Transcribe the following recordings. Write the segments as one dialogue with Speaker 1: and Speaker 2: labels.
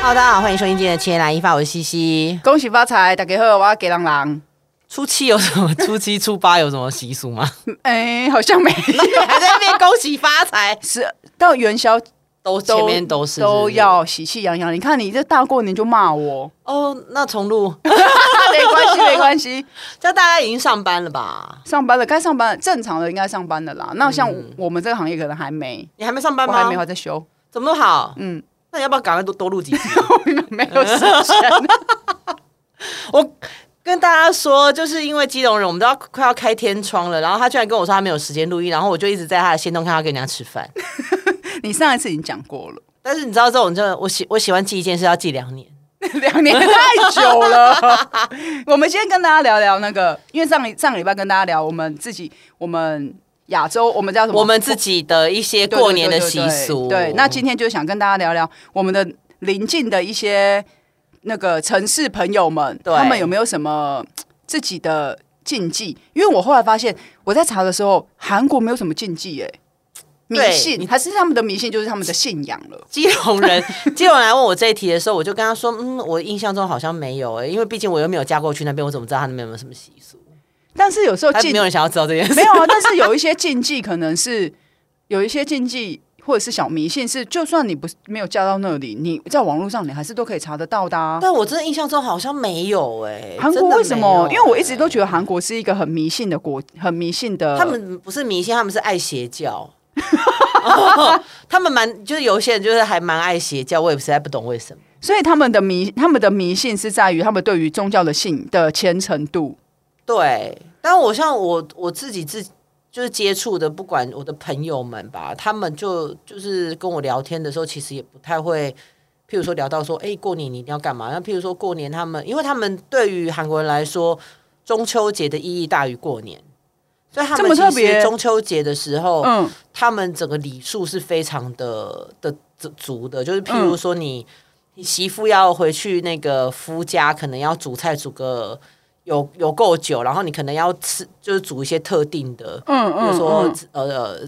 Speaker 1: Hello，大家好，欢迎收听今天的《千来一发》，我是西西。
Speaker 2: 恭喜发财，大家好，我要给郎 郎。
Speaker 1: 初七有什么？初七、初八有什么习俗 吗？
Speaker 2: 哎、好像没有，
Speaker 1: 还在那边恭喜发财，
Speaker 2: 是 到元宵
Speaker 1: 都
Speaker 2: 都
Speaker 1: 前面都是
Speaker 2: 都要喜气洋洋。你看你这大过年就骂 我，啊
Speaker 1: 哦。那重录，
Speaker 2: 没关系没关系，
Speaker 1: 这大家已经上班了吧？
Speaker 2: 上班了该上班了，正常的应该上班的啦。那像
Speaker 1: 嗯
Speaker 2: 我们这个行业可能还没，
Speaker 1: 你还没上班
Speaker 2: 我
Speaker 1: 吗？
Speaker 2: 还没有还在休，
Speaker 1: 怎么都好。
Speaker 2: 嗯，
Speaker 1: 那你要不要赶快多多录几集？
Speaker 2: 没有 时间。
Speaker 1: 我 跟大家说，就是因为基隆人，我们都要快要开天窗了，然后他居然跟我说他没有时间录音，然后我就一直在他的线洞看他跟人家吃 饭。
Speaker 2: 你上一次已经讲过了，
Speaker 1: 但是你知道这种就我喜我喜欢记一件事要记两年。
Speaker 2: 两年太久 了。我们今天跟大家聊聊那个，因为上一上个礼拜跟大家聊我们自己，我们亚洲，我们叫什么？
Speaker 1: 我们自己的一些过年的习俗。
Speaker 2: 对，那今天就想跟大家聊聊我们的邻近的一些那个城市朋友们，
Speaker 1: 对
Speaker 2: 他们有没有什么嘖自己的禁忌？因为我后来发现，我在查的时候，韩国没有什么禁忌、耶，迷
Speaker 1: 对
Speaker 2: 信还是他们的迷信就是他们的信仰了。
Speaker 1: 基隆人， 基隆人来问我这一题的时候，我就跟他说：“嗯，我印象中好像没有诶、欸因为毕竟我又没有嫁过去那边，我怎么知道他那边有没有什么习俗？
Speaker 2: 但是有时候
Speaker 1: 但
Speaker 2: 禁
Speaker 1: 没有人想要知道这件事
Speaker 2: 没。有啊，但是有一些禁忌可能是有一些禁忌。或者是小迷信是，就算你不是没有嫁到那里，你在网络上你还是都可以查得到的啊。
Speaker 1: 但我真的印象中好像没有诶、
Speaker 2: 韩
Speaker 1: 真
Speaker 2: 国
Speaker 1: 的
Speaker 2: 为什
Speaker 1: 没有
Speaker 2: 么？因为我一直
Speaker 1: 欸
Speaker 2: 都觉得韩国是一个很迷信的国，很迷信的。
Speaker 1: 他们不是迷信，他们是爱邪 教。 他们蛮就是有一些人就是还蛮爱邪教，我也实在不懂为什么。
Speaker 2: 所以他们的迷，他们的迷信是在于他们对于宗教的信的虔诚度。
Speaker 1: 对，但我像我我自己自就是接触的，不管我的朋友们吧，他们就就是跟我聊天的时候，其实也不太会，譬如说聊到说，哎、过年你一定要干嘛？那譬如说过年，他们因为他们对于韩国人来说，中秋节的意义大于过年，所以他
Speaker 2: 这
Speaker 1: 们
Speaker 2: 么特
Speaker 1: 其实
Speaker 2: 别
Speaker 1: 中秋节的时候，
Speaker 2: 嗯，
Speaker 1: 他们整个礼数是非常的的的足的，就是
Speaker 2: 嗯
Speaker 1: 譬如说你、你媳妇要回去那个夫家，可能要煮菜煮个有有够久，然后你可能要吃就是煮一些特定的，
Speaker 2: 嗯
Speaker 1: 比如说、
Speaker 2: 嗯
Speaker 1: 呃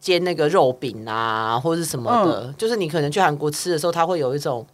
Speaker 1: 煎那个肉饼啊或者是什么的，
Speaker 2: 嗯
Speaker 1: 就是你可能去韩国吃的时候，它会有一种。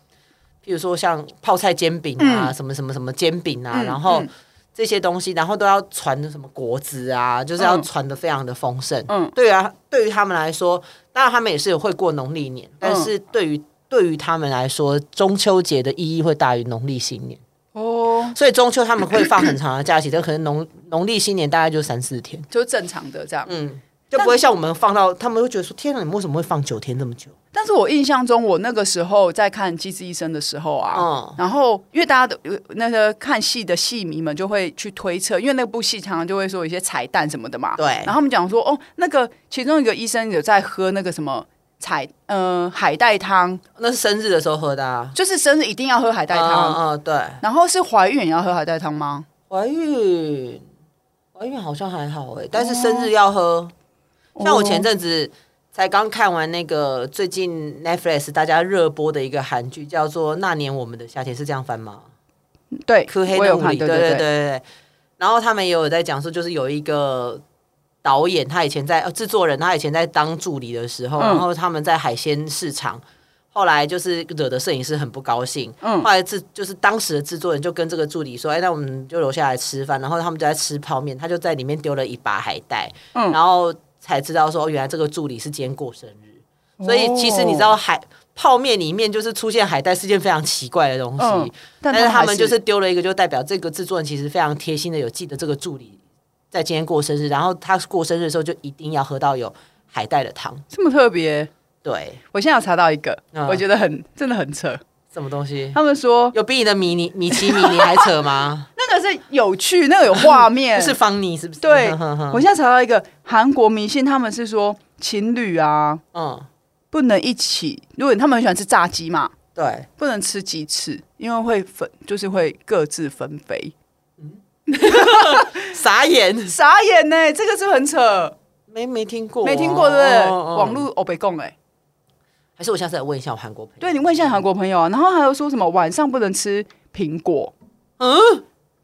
Speaker 1: 譬如说像泡菜煎饼啊，什么什么什么煎饼啊，
Speaker 2: 嗯
Speaker 1: 然后
Speaker 2: 嗯
Speaker 1: 这些东西，然后都要传什么果子啊，就是要
Speaker 2: 嗯
Speaker 1: 传的非常的丰盛。
Speaker 2: 嗯
Speaker 1: 对啊，对于他们来说，当然他们也是有会过农历
Speaker 2: 嗯
Speaker 1: 年，但是对于、对于他们来说，中秋节的意义会大于农历新年，
Speaker 2: 哦，
Speaker 1: 所以中秋他们会放很长的假期，但可能 农农历新年大概就三四天，
Speaker 2: 就是正常的这样。
Speaker 1: 嗯，就不会像我们放到他们会觉得说，天哪，你们为什么会放九天这么久？
Speaker 2: 但是我印象中，我那个时候在看《机智医生》的时候啊，
Speaker 1: 嗯
Speaker 2: 然后因为大家都有那个看戏的戏迷们就会去推测，因为那部戏常常就会说有一些彩蛋什么的嘛，
Speaker 1: 嗯对
Speaker 2: 然后他们讲说，哦，那个其中一个医生有在喝那个什么彩，呃，海带汤，
Speaker 1: 那是生日的时候喝的、啊，
Speaker 2: 就是生日一定要喝海带汤。
Speaker 1: 嗯嗯，对，
Speaker 2: 然后是怀孕也要喝海带汤吗？
Speaker 1: 怀孕怀孕好像还好哎、但是生日要喝。像我前
Speaker 2: 阵
Speaker 1: 阵子才刚看完那个最近 Netflix 大家热播的一个韩剧，叫做《那年我们的夏天》，是这样翻吗？
Speaker 2: 对
Speaker 1: 科黑
Speaker 2: 我
Speaker 1: 的
Speaker 2: 有
Speaker 1: 物
Speaker 2: 看，
Speaker 1: 理，
Speaker 2: 对
Speaker 1: 对
Speaker 2: 对
Speaker 1: 对对。然后他们也有在讲说，就是有一个导演，他以前在呃制作人，他以前在当助理的时候，
Speaker 2: 嗯
Speaker 1: 然后他们在海鲜市场。后来就是惹得摄影师很不高兴，
Speaker 2: 嗯
Speaker 1: 后来制就是当时的制作人就跟这个助理说，哎，那我们就留下来吃饭，然后他们就在吃泡面，他就在里面丢了一把海带，
Speaker 2: 嗯
Speaker 1: 然后才知道说，哦原来这个助理是今天过生日，所以其实你知
Speaker 2: 哦
Speaker 1: 道海泡面里面就是出现海带是件非常奇怪的东西，
Speaker 2: 嗯但
Speaker 1: 但是他
Speaker 2: 还
Speaker 1: 们就是丢了一个，就代表这个制作人其实非常贴心的，有记得这个助理在今天过生日，然后他过生日的时候就一定要喝到有海带的汤。
Speaker 2: 这么特别。
Speaker 1: 对，
Speaker 2: 我现在有查到一个，
Speaker 1: 嗯
Speaker 2: 我觉得很真的很扯。
Speaker 1: 什么东西？
Speaker 2: 他们说
Speaker 1: 有比你的米妮米奇米妮还扯 吗？
Speaker 2: 那个是有趣，那个有画面。
Speaker 1: 不是方妮是不是？
Speaker 2: 对 我
Speaker 1: 嗯，
Speaker 2: 现在查到一个韩国迷信，他们是说情侣啊
Speaker 1: 嗯
Speaker 2: 不能一起，如果他们很喜欢吃炸鸡嘛，
Speaker 1: 对，
Speaker 2: 不能吃鸡翅，因为会分，就是会各自分飞。
Speaker 1: 傻眼，
Speaker 2: 傻眼呢、这个是很扯，
Speaker 1: 没没听过，
Speaker 2: 没听过对不对？
Speaker 1: 哦哦
Speaker 2: 网络欧北共哎，
Speaker 1: 还是我下次来问一下我韩国朋友。
Speaker 2: 对你问一下韩国朋友啊，
Speaker 1: 嗯
Speaker 2: 然后还有说什么晚上不能吃苹果，嗯，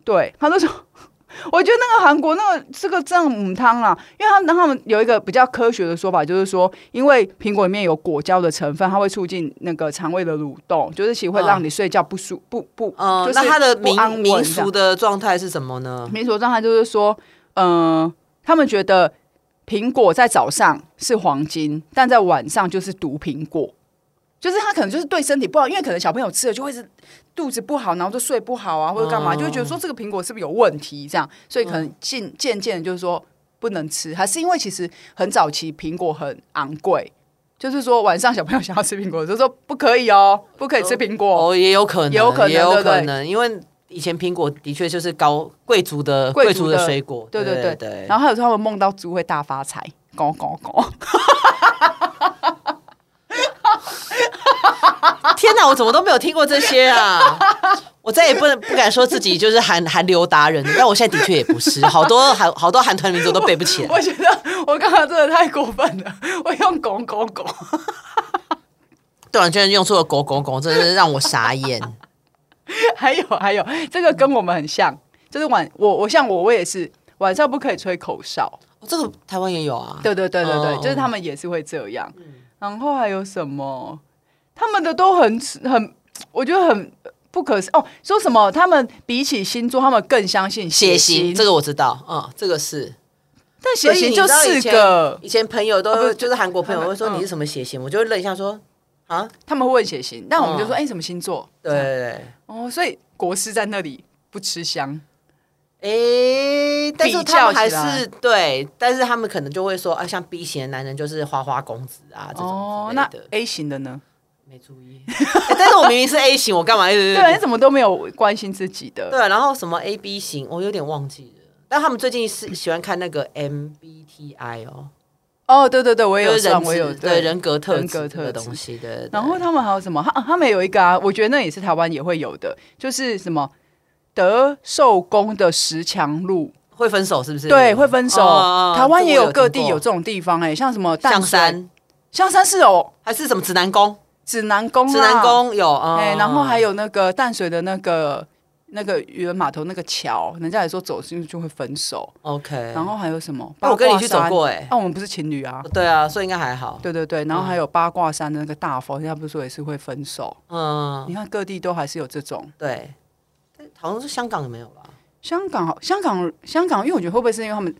Speaker 2: 对，他都说 我觉得那个韩国那个这个这样母汤啦，因为他们他们有一个比较科学的说法，就是说，因为苹果里面有果胶的成分，它会促进那个肠胃的蠕动，就是其实会让你睡觉不舒不不
Speaker 1: 嗯，
Speaker 2: 就是
Speaker 1: 那它的
Speaker 2: 不
Speaker 1: 民
Speaker 2: 安稳
Speaker 1: 民
Speaker 2: 这样
Speaker 1: 俗的状态是什么呢？
Speaker 2: 民俗状态就是说，嗯、他们觉得苹果在早上是黄金，但在晚上就是毒苹果，就是他可能就是对身体不好，因为可能小朋友吃了就会是肚子不好，然后就睡不好啊，或者干嘛，
Speaker 1: 嗯
Speaker 2: 就会觉得说这个苹果是不是有问题，这样，所以可能渐渐渐地就是说不能吃，还是因为其实很早期苹果很昂贵。就是说，晚上小朋友想要吃苹果，就说不可以哦，不可以吃苹果。
Speaker 1: 哦，也有可能，
Speaker 2: 也有可能
Speaker 1: 也有
Speaker 2: 对不对
Speaker 1: 可能，因为以前苹果的确就是高贵族的
Speaker 2: 贵
Speaker 1: 贵
Speaker 2: 族
Speaker 1: 族
Speaker 2: 的
Speaker 1: 的水果，
Speaker 2: 对对
Speaker 1: 对
Speaker 2: 对
Speaker 1: 对。
Speaker 2: 然后还有他们梦到猪会大发财，狗狗狗。
Speaker 1: 啊天哪，我怎么都没有听过这些 啊！我再也不能不敢说自己就是韩韩流达人，但我现在的确也不 是，好多韩好多韩团名字我都背不起来。
Speaker 2: 我觉得我刚刚真的太过分了，我用狗狗狗，
Speaker 1: 对啊然居然用错了“狗狗狗”，真的是让我傻 眼。
Speaker 2: 还有还有，这个跟我们很像，就是晚我我像我我也是晚上不可以吹口哨，
Speaker 1: 哦这个台湾也有啊，
Speaker 2: 对对对对对，
Speaker 1: 哦
Speaker 2: 就是他们也是会这样。嗯然后还有什么？他们的都很很，我觉得很不可思哦。说什么？他们比起星座，他们更相信
Speaker 1: 血
Speaker 2: 型
Speaker 1: 型，这个我知道，嗯，这个是。
Speaker 2: 但血型就
Speaker 1: 所以你
Speaker 2: 四
Speaker 1: 知道
Speaker 2: 个
Speaker 1: 以前，以前朋友
Speaker 2: 哦不
Speaker 1: 都
Speaker 2: 是
Speaker 1: 就是韩国朋友会说
Speaker 2: 他们嗯
Speaker 1: 你是什么血型，我就会愣一下说啊，
Speaker 2: 他们会问血型，但我们就说
Speaker 1: 哦
Speaker 2: 哎、什么星座？
Speaker 1: 对对
Speaker 2: 哦，所以国师在那里不吃香。
Speaker 1: 对，哎，但是
Speaker 2: 比
Speaker 1: 他
Speaker 2: 较
Speaker 1: 们
Speaker 2: 起来
Speaker 1: 还是对，但是他们可能就会说，啊，像 B 型的男人就是花花公子啊这种
Speaker 2: 哦，
Speaker 1: 之类
Speaker 2: 那
Speaker 1: 的，
Speaker 2: A 型的呢？
Speaker 1: 没注意。哎但是我明明是 A 型，我干嘛一直
Speaker 2: 对啊，你怎么都没有关心自己的？
Speaker 1: 对，然后什么 A B 型，我有点忘记了。但他们最近是喜欢看那个 MBTI 哦，
Speaker 2: 哦，对对对，我也有
Speaker 1: 就是人
Speaker 2: 算，我
Speaker 1: 质
Speaker 2: 有
Speaker 1: 对人格特
Speaker 2: 人
Speaker 1: 质这个
Speaker 2: 格特质
Speaker 1: 东西对。对对
Speaker 2: 然后他们还有什么？他他们有一个啊，我觉得那也是台湾也会有的，就是什么德寿宫的十强路，
Speaker 1: 会分手是不是？
Speaker 2: 对，会分手。
Speaker 1: 哦
Speaker 2: 台湾也
Speaker 1: 这我有
Speaker 2: 各地
Speaker 1: 听过
Speaker 2: 有这种地方、哎，像什么淡
Speaker 1: 象
Speaker 2: 水，
Speaker 1: 山，
Speaker 2: 象山是有
Speaker 1: 还是什么指南宫？
Speaker 2: 指南宫、啊，
Speaker 1: 指南，宫有啊，
Speaker 2: 哎、然后还有那个淡水的那个那个渔人码头那个桥，人家也说走进去就会分手。
Speaker 1: OK，
Speaker 2: 然后还有什么？
Speaker 1: 那我跟你去
Speaker 2: 八
Speaker 1: 走
Speaker 2: 卦山
Speaker 1: 过哎，
Speaker 2: 啊，我们不是情侣啊。
Speaker 1: 对啊，所以应该还好。
Speaker 2: 对对对，然后还有八卦山的那个大佛，人家不是说也是会分手。
Speaker 1: 嗯，
Speaker 2: 你看各地都还是有这种。
Speaker 1: 对，但好像是香港也没有吧？
Speaker 2: 香港好，香港，香港，因为我觉得会不会是因为他们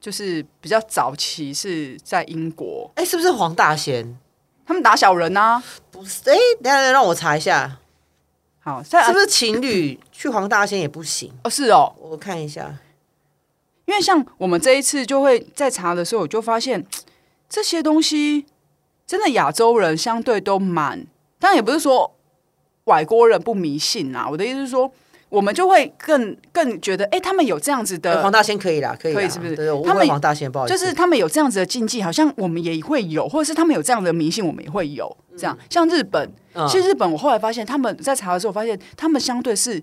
Speaker 2: 就是比较早期是在英国，
Speaker 1: 哎，是不是黄大仙？
Speaker 2: 他们打小人啊。
Speaker 1: 不是，哎，等一下让我查一下，
Speaker 2: 好，在
Speaker 1: 是不是情侣去黄大仙也不行？
Speaker 2: 哦是哦，
Speaker 1: 我看一下，
Speaker 2: 因为像我们这一次就会在查的时候，我就发现这些东西真的亚洲人相对都蛮，当然也不是说外国人不迷信啊，我的意思是说，我们就会更更觉得，哎、他们有这样子
Speaker 1: 哎
Speaker 2: 的
Speaker 1: 黄。大仙可以啦，可以啦，
Speaker 2: 可以是不是
Speaker 1: 对，我
Speaker 2: 他
Speaker 1: 误
Speaker 2: 们
Speaker 1: 会黄大仙，不好意思，
Speaker 2: 就是他们有这样子的禁忌，好像我们也会有，或者是他们有这样的迷信，我们也会有。这样，像日本，
Speaker 1: 嗯
Speaker 2: 其实日本我后来发现，他们在查的时候，我发现他们相对是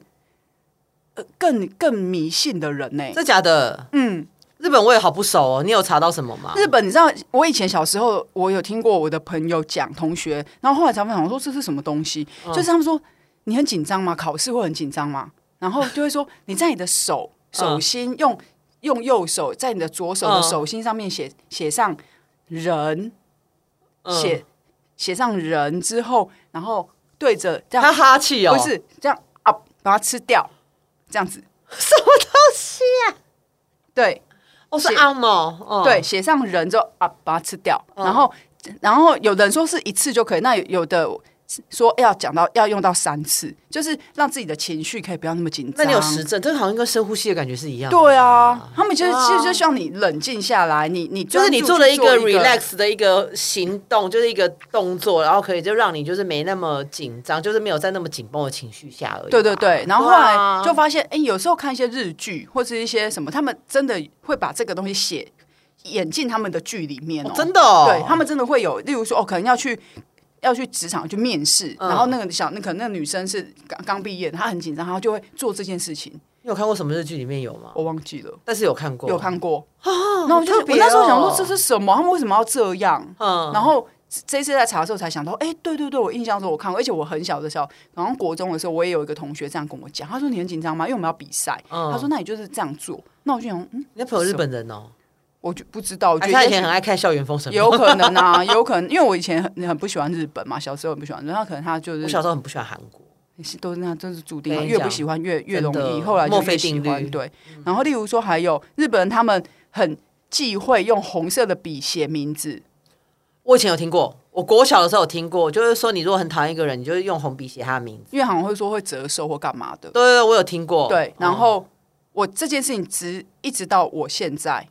Speaker 2: 呃更更迷信的人呢、
Speaker 1: 真假的？
Speaker 2: 嗯，
Speaker 1: 日本我也好不熟哦，你有查到什么吗？
Speaker 2: 日本，你知道，我以前小时候，我有听过我的朋友讲，同学，然后后来才问，我说这是什么东西？
Speaker 1: 嗯
Speaker 2: 就是他们说你很紧张吗？考试会很紧张吗？然后就会说你在你的手手心用用右手在你的左手的
Speaker 1: 嗯
Speaker 2: 手心上面写写上人，
Speaker 1: 嗯
Speaker 2: 写写上人之后，然后对着这
Speaker 1: 他
Speaker 2: 样，
Speaker 1: 哈气哦，
Speaker 2: 不是这样啊，把它吃掉，这样子，
Speaker 1: 什么东西？啊
Speaker 2: 对，
Speaker 1: 我哦是
Speaker 2: 写
Speaker 1: 阿毛，嗯
Speaker 2: 对，，写上人之后啊，把它吃掉。然后，然后有的人说是一次就可以，那有有的说要讲到要用到三次，就是让自己的情绪可以不要那么紧张。
Speaker 1: 那你有实证，这个好像跟深呼吸的感觉是一样的。
Speaker 2: 对啊，他们就是
Speaker 1: 哇
Speaker 2: 其实就希望你冷静下来，你你
Speaker 1: 就是你做
Speaker 2: 了
Speaker 1: 了一个 relax 的一个行动，就是一个动作，然后可以就让你就是没那么紧张，就是没有在那么紧绷的情绪下而已吧。
Speaker 2: 对对对，然后后
Speaker 1: 对啊
Speaker 2: 来就发现，哎、有时候看一些日剧或是一些什么，他们真的会把这个东西写演进他们的剧里面、哦
Speaker 1: 哦真的哦，
Speaker 2: 对他们真的会有，例如说哦，可能要去要去职场去面试，
Speaker 1: 嗯
Speaker 2: 然后那个小那可能那个女生是刚刚毕业的，她很紧张，她就会做这件事情，
Speaker 1: 你有看过什么日剧里面有吗？
Speaker 2: 我忘记了，但
Speaker 1: 但是有看过，
Speaker 2: 有看过然后我
Speaker 1: 啊
Speaker 2: 就
Speaker 1: 好
Speaker 2: 我
Speaker 1: 特别
Speaker 2: 那时候想说
Speaker 1: 哦
Speaker 2: 这是什么？他们为什么要这样？
Speaker 1: 嗯，
Speaker 2: 然后这次在查的时候才想到，哎、对对对，我印象中我看过，而且我很小的时候，好像国中的时候，我也有一个同学这样跟我讲，他说你很紧张吗？因为我们要比赛，
Speaker 1: 嗯
Speaker 2: 他说那你就是这样做，那我就想，嗯，
Speaker 1: 你的朋友日本人哦，
Speaker 2: 我就不知道，我觉
Speaker 1: 而
Speaker 2: 得
Speaker 1: 且哎他以
Speaker 2: 也许
Speaker 1: 前很爱看《校园封神》。
Speaker 2: 有可能啊，有可能，因为我以前很很不喜欢日本嘛，小时候很不喜欢，然后可能他就
Speaker 1: 我
Speaker 2: 是
Speaker 1: 小时候很不喜欢韩国，
Speaker 2: 都是那真是注定啊，
Speaker 1: 跟你
Speaker 2: 越不
Speaker 1: 讲
Speaker 2: 喜欢越越
Speaker 1: 真
Speaker 2: 容
Speaker 1: 的
Speaker 2: 易，后来就
Speaker 1: 墨
Speaker 2: 越
Speaker 1: 菲
Speaker 2: 喜
Speaker 1: 定
Speaker 2: 欢
Speaker 1: 律
Speaker 2: 对。然后例如说还有日本人他们很忌讳用红色的笔写名字，
Speaker 1: 我以前有听过，我国小的时候有听过，就是说你如果很讨厌一个人，你就用红笔写他的名字。
Speaker 2: 因为好像会说会折寿或干嘛的。
Speaker 1: 对对对，我有听过。
Speaker 2: 对，然
Speaker 1: 嗯
Speaker 2: 后我这件事情直一直到我现在，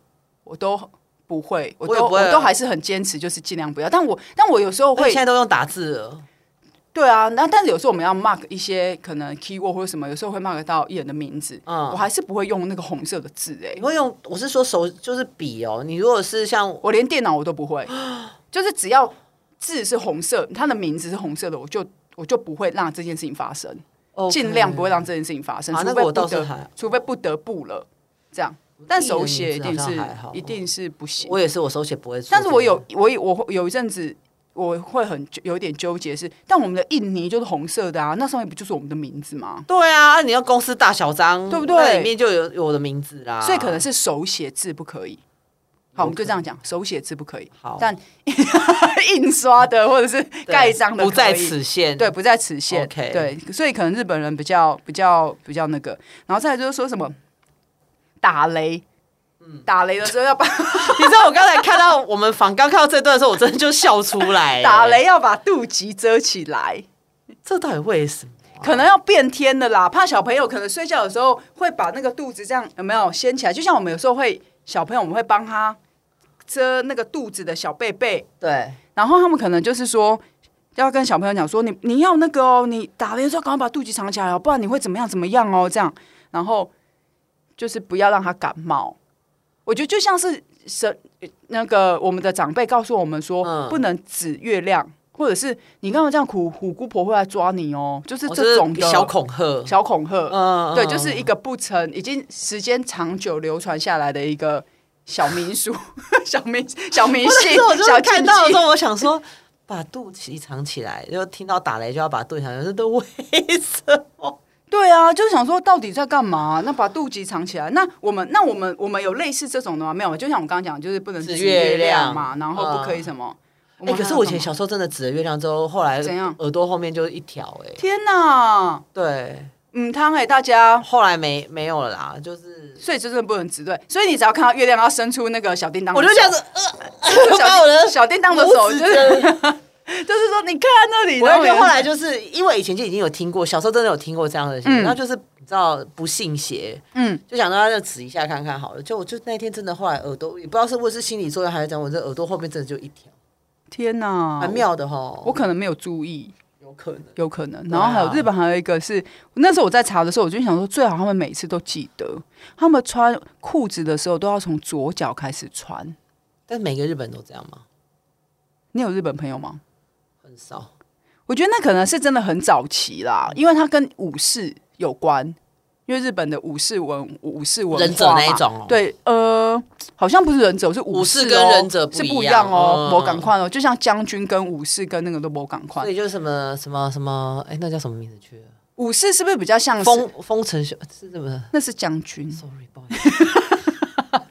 Speaker 2: 我都不会，我
Speaker 1: 我也
Speaker 2: 都
Speaker 1: 不会
Speaker 2: 我都还是很坚持，就是尽量不要。但我但我有时候
Speaker 1: 而且
Speaker 2: 会
Speaker 1: 现在都用打字了，
Speaker 2: 对啊，那但是有时候我们要 mark 一些可能 keyword 或者什么，有时候会 mark 到艺人的名字，
Speaker 1: 嗯
Speaker 2: 我还是不会用那个红色的字哎、
Speaker 1: 你会用？我是说手就是笔哦，你如果是像
Speaker 2: 我连电脑我都不 会，就是只要字是红色，他的名字是红色的，我就我就不会让这件事情发生，尽量不会让这件事情发生，
Speaker 1: 啊
Speaker 2: 除
Speaker 1: 那
Speaker 2: 非
Speaker 1: 个我
Speaker 2: 不
Speaker 1: 倒是
Speaker 2: 得，
Speaker 1: 还
Speaker 2: 除非不得不了这样。但手写一定
Speaker 1: 好
Speaker 2: 是
Speaker 1: 像还好哦
Speaker 2: 一定是不行，
Speaker 1: 我也是，我手写不会错。
Speaker 2: 但是我有我有我会有一阵子。我会很有一点纠结是，但我们的印尼就是红色的啊，那上面不就是我们的名字吗？
Speaker 1: 对啊，你要公司大小章，
Speaker 2: 对不对
Speaker 1: 那里面就有有我的名字啦，
Speaker 2: 所以可能是手写字不可以。好，我们就
Speaker 1: 有可能
Speaker 2: 这样讲，手写字不可以，
Speaker 1: 好，
Speaker 2: 但 印刷的或者是
Speaker 1: 对
Speaker 2: 盖章的
Speaker 1: 不在
Speaker 2: 可以，
Speaker 1: 此限。
Speaker 2: 对，，不在此限。
Speaker 1: OK
Speaker 2: 对，所以可能日本人比较比较比较那个，然后再来就是说什么打雷，
Speaker 1: 嗯
Speaker 2: 打雷的时候要把
Speaker 1: 你知道我刚才看到我们访刚看到这段的时候，我真的就笑出来。
Speaker 2: 打，雷要把肚脐遮起来，
Speaker 1: 这到底为什么？
Speaker 2: 可能要变天的啦，怕小朋友可能睡觉的时候会把那个肚子这样有没有掀起来，就像我们有时候会小朋友我们会帮他遮那个肚子的小贝贝。
Speaker 1: 对，
Speaker 2: 然后他们可能就是说，要跟小朋友讲说，你你要那个哦，你打雷的时候赶快把肚脐藏起来哦，不然你会怎么样怎么样哦，这样，然后就是不要让他感冒。我觉得就像是神那个我们的长辈告诉我们说，
Speaker 1: 嗯
Speaker 2: 不能指月亮，或者是你干嘛这样苦虎姑婆会来抓你哦，就是
Speaker 1: 我
Speaker 2: 这种的
Speaker 1: 小恐吓，
Speaker 2: 小恐吓，
Speaker 1: 嗯
Speaker 2: 对，就是一个不成已经时间长久流传下来的一个。小民俗、 小民、小迷信
Speaker 1: 但是我、就
Speaker 2: 小
Speaker 1: 是看
Speaker 2: 禁
Speaker 1: 到
Speaker 2: 忌
Speaker 1: 的时候，我想说。把肚脐藏起来，就听到打雷就要把肚脐藏起来，这都为什么？
Speaker 2: 对啊，就想说到底在干嘛、那把肚脐藏起来。那我们，那我们，我们有类似这种的吗？没有，就像我刚刚讲，就是不能
Speaker 1: 指
Speaker 2: 指
Speaker 1: 月亮
Speaker 2: 亮嘛，然后不可以什么。 我
Speaker 1: 哎、
Speaker 2: 们
Speaker 1: 可是
Speaker 2: 还
Speaker 1: 我以
Speaker 2: 要
Speaker 1: 前
Speaker 2: 干嘛
Speaker 1: 小时候真的指着月亮之后，后来
Speaker 2: 怎样
Speaker 1: 耳朵后面就是一条哎、
Speaker 2: 天哪，
Speaker 1: 对，
Speaker 2: 嗯，汤哎，大家，
Speaker 1: 后来没没有了啦，就是
Speaker 2: 所以就真的不能指对。所以你只要看到月亮，要伸出那个小叮当的
Speaker 1: 我
Speaker 2: 手，
Speaker 1: 就这样子，
Speaker 2: 就
Speaker 1: 呃，
Speaker 2: 小
Speaker 1: 把我的
Speaker 2: 小叮当的手，
Speaker 1: 拇
Speaker 2: 就
Speaker 1: 指
Speaker 2: 是
Speaker 1: 针
Speaker 2: 就是说你看那里，
Speaker 1: 我
Speaker 2: 然
Speaker 1: 而
Speaker 2: 后
Speaker 1: 且
Speaker 2: 有
Speaker 1: 后来就是因为以前就已经有听过，小时候真的有听过这样的，
Speaker 2: 嗯
Speaker 1: 然后就是你知道不信邪，
Speaker 2: 嗯，
Speaker 1: 就想到他就指一下看看好了。就我就那天真的后来耳朵也不知道是不是心理作用还是怎样，我这耳朵后面真的就一条，
Speaker 2: 天哪，
Speaker 1: 蛮妙的哈。
Speaker 2: 我，我可能没有注意。
Speaker 1: 有可能
Speaker 2: 有可能。
Speaker 1: 对啊
Speaker 2: 然后还有日本还有一个是，那时候我在查的时候，我就想说，最好他们每次都记得，他们穿裤子的时候都要从左脚开始穿。
Speaker 1: 但每个日本都这样吗？
Speaker 2: 你有日本朋友吗？
Speaker 1: 很少。
Speaker 2: 我觉得那可能是真的很早期啦，因为它跟武士有关，因为日本的武士文武士文化嘛
Speaker 1: 忍者那一种哦
Speaker 2: 对，呃，好像不是忍者，是武
Speaker 1: 武
Speaker 2: 士、哦、
Speaker 1: 士跟忍者
Speaker 2: 是
Speaker 1: 不
Speaker 2: 不
Speaker 1: 一样
Speaker 2: 样哦，
Speaker 1: 嗯
Speaker 2: 我赶快哦，就像将军跟武士跟那个都我赶快
Speaker 1: 所，以就是什么什么什么，哎、那叫什么名字去了？
Speaker 2: 武士是不是比较像是
Speaker 1: 丰丰臣秀是什么
Speaker 2: 那是将军，
Speaker 1: ？Sorry，不好意 思。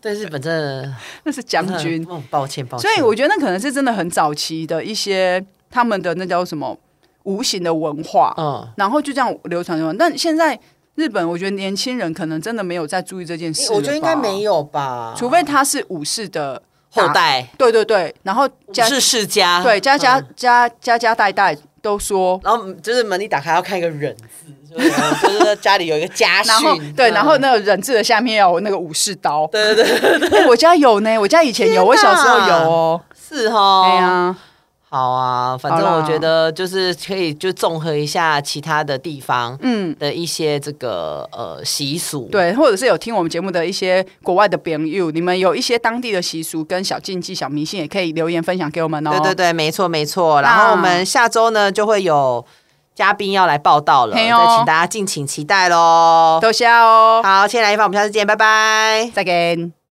Speaker 1: 对日本真的
Speaker 2: 那是将军，
Speaker 1: 嗯抱歉抱歉。
Speaker 2: 所以我觉得那可能是真的很早期的一些他们的那叫什么无形的文化，
Speaker 1: 嗯，
Speaker 2: 然后就这样流传流传。但现在日本，我觉得年轻人可能真的没有在注意这件事，
Speaker 1: 我觉得应该没
Speaker 2: 有，
Speaker 1: 有吧，
Speaker 2: 除非他是武士的
Speaker 1: 后，代
Speaker 2: 对对对，然后
Speaker 1: 武
Speaker 2: 家
Speaker 1: 士世家，
Speaker 2: 对家家
Speaker 1: 嗯
Speaker 2: 家家家代代都说。
Speaker 1: 然后就是门一打开要看一个人字，就是就是家里有一个家训
Speaker 2: 然后，对，
Speaker 1: 嗯
Speaker 2: 然后那个人字的下面要有那个武士刀。
Speaker 1: 对对对，
Speaker 2: 哎，我家有呢，我家以前有，
Speaker 1: 天
Speaker 2: 我小时候
Speaker 1: 哪
Speaker 2: 有哦。
Speaker 1: 是哦，
Speaker 2: 哎呀，
Speaker 1: 好啊，反正
Speaker 2: 好啦
Speaker 1: 我觉得就是可以就综合一下其他的地方
Speaker 2: 嗯，
Speaker 1: 的一些这个呃习俗，，
Speaker 2: 对，或者是有听我们节目的一些国外的朋友，你们有一些当地的习俗跟小禁忌、小迷信，也可以留言分享给我们哦。
Speaker 1: 对对对，没错没错。
Speaker 2: 那
Speaker 1: 然后我们下周呢就会有嘉宾要来报道了，
Speaker 2: 嘿哦
Speaker 1: 再请大家敬请期待喽。
Speaker 2: 多谢哦，
Speaker 1: 好，谢谢来一方，我们下次见，拜拜。
Speaker 2: 再见。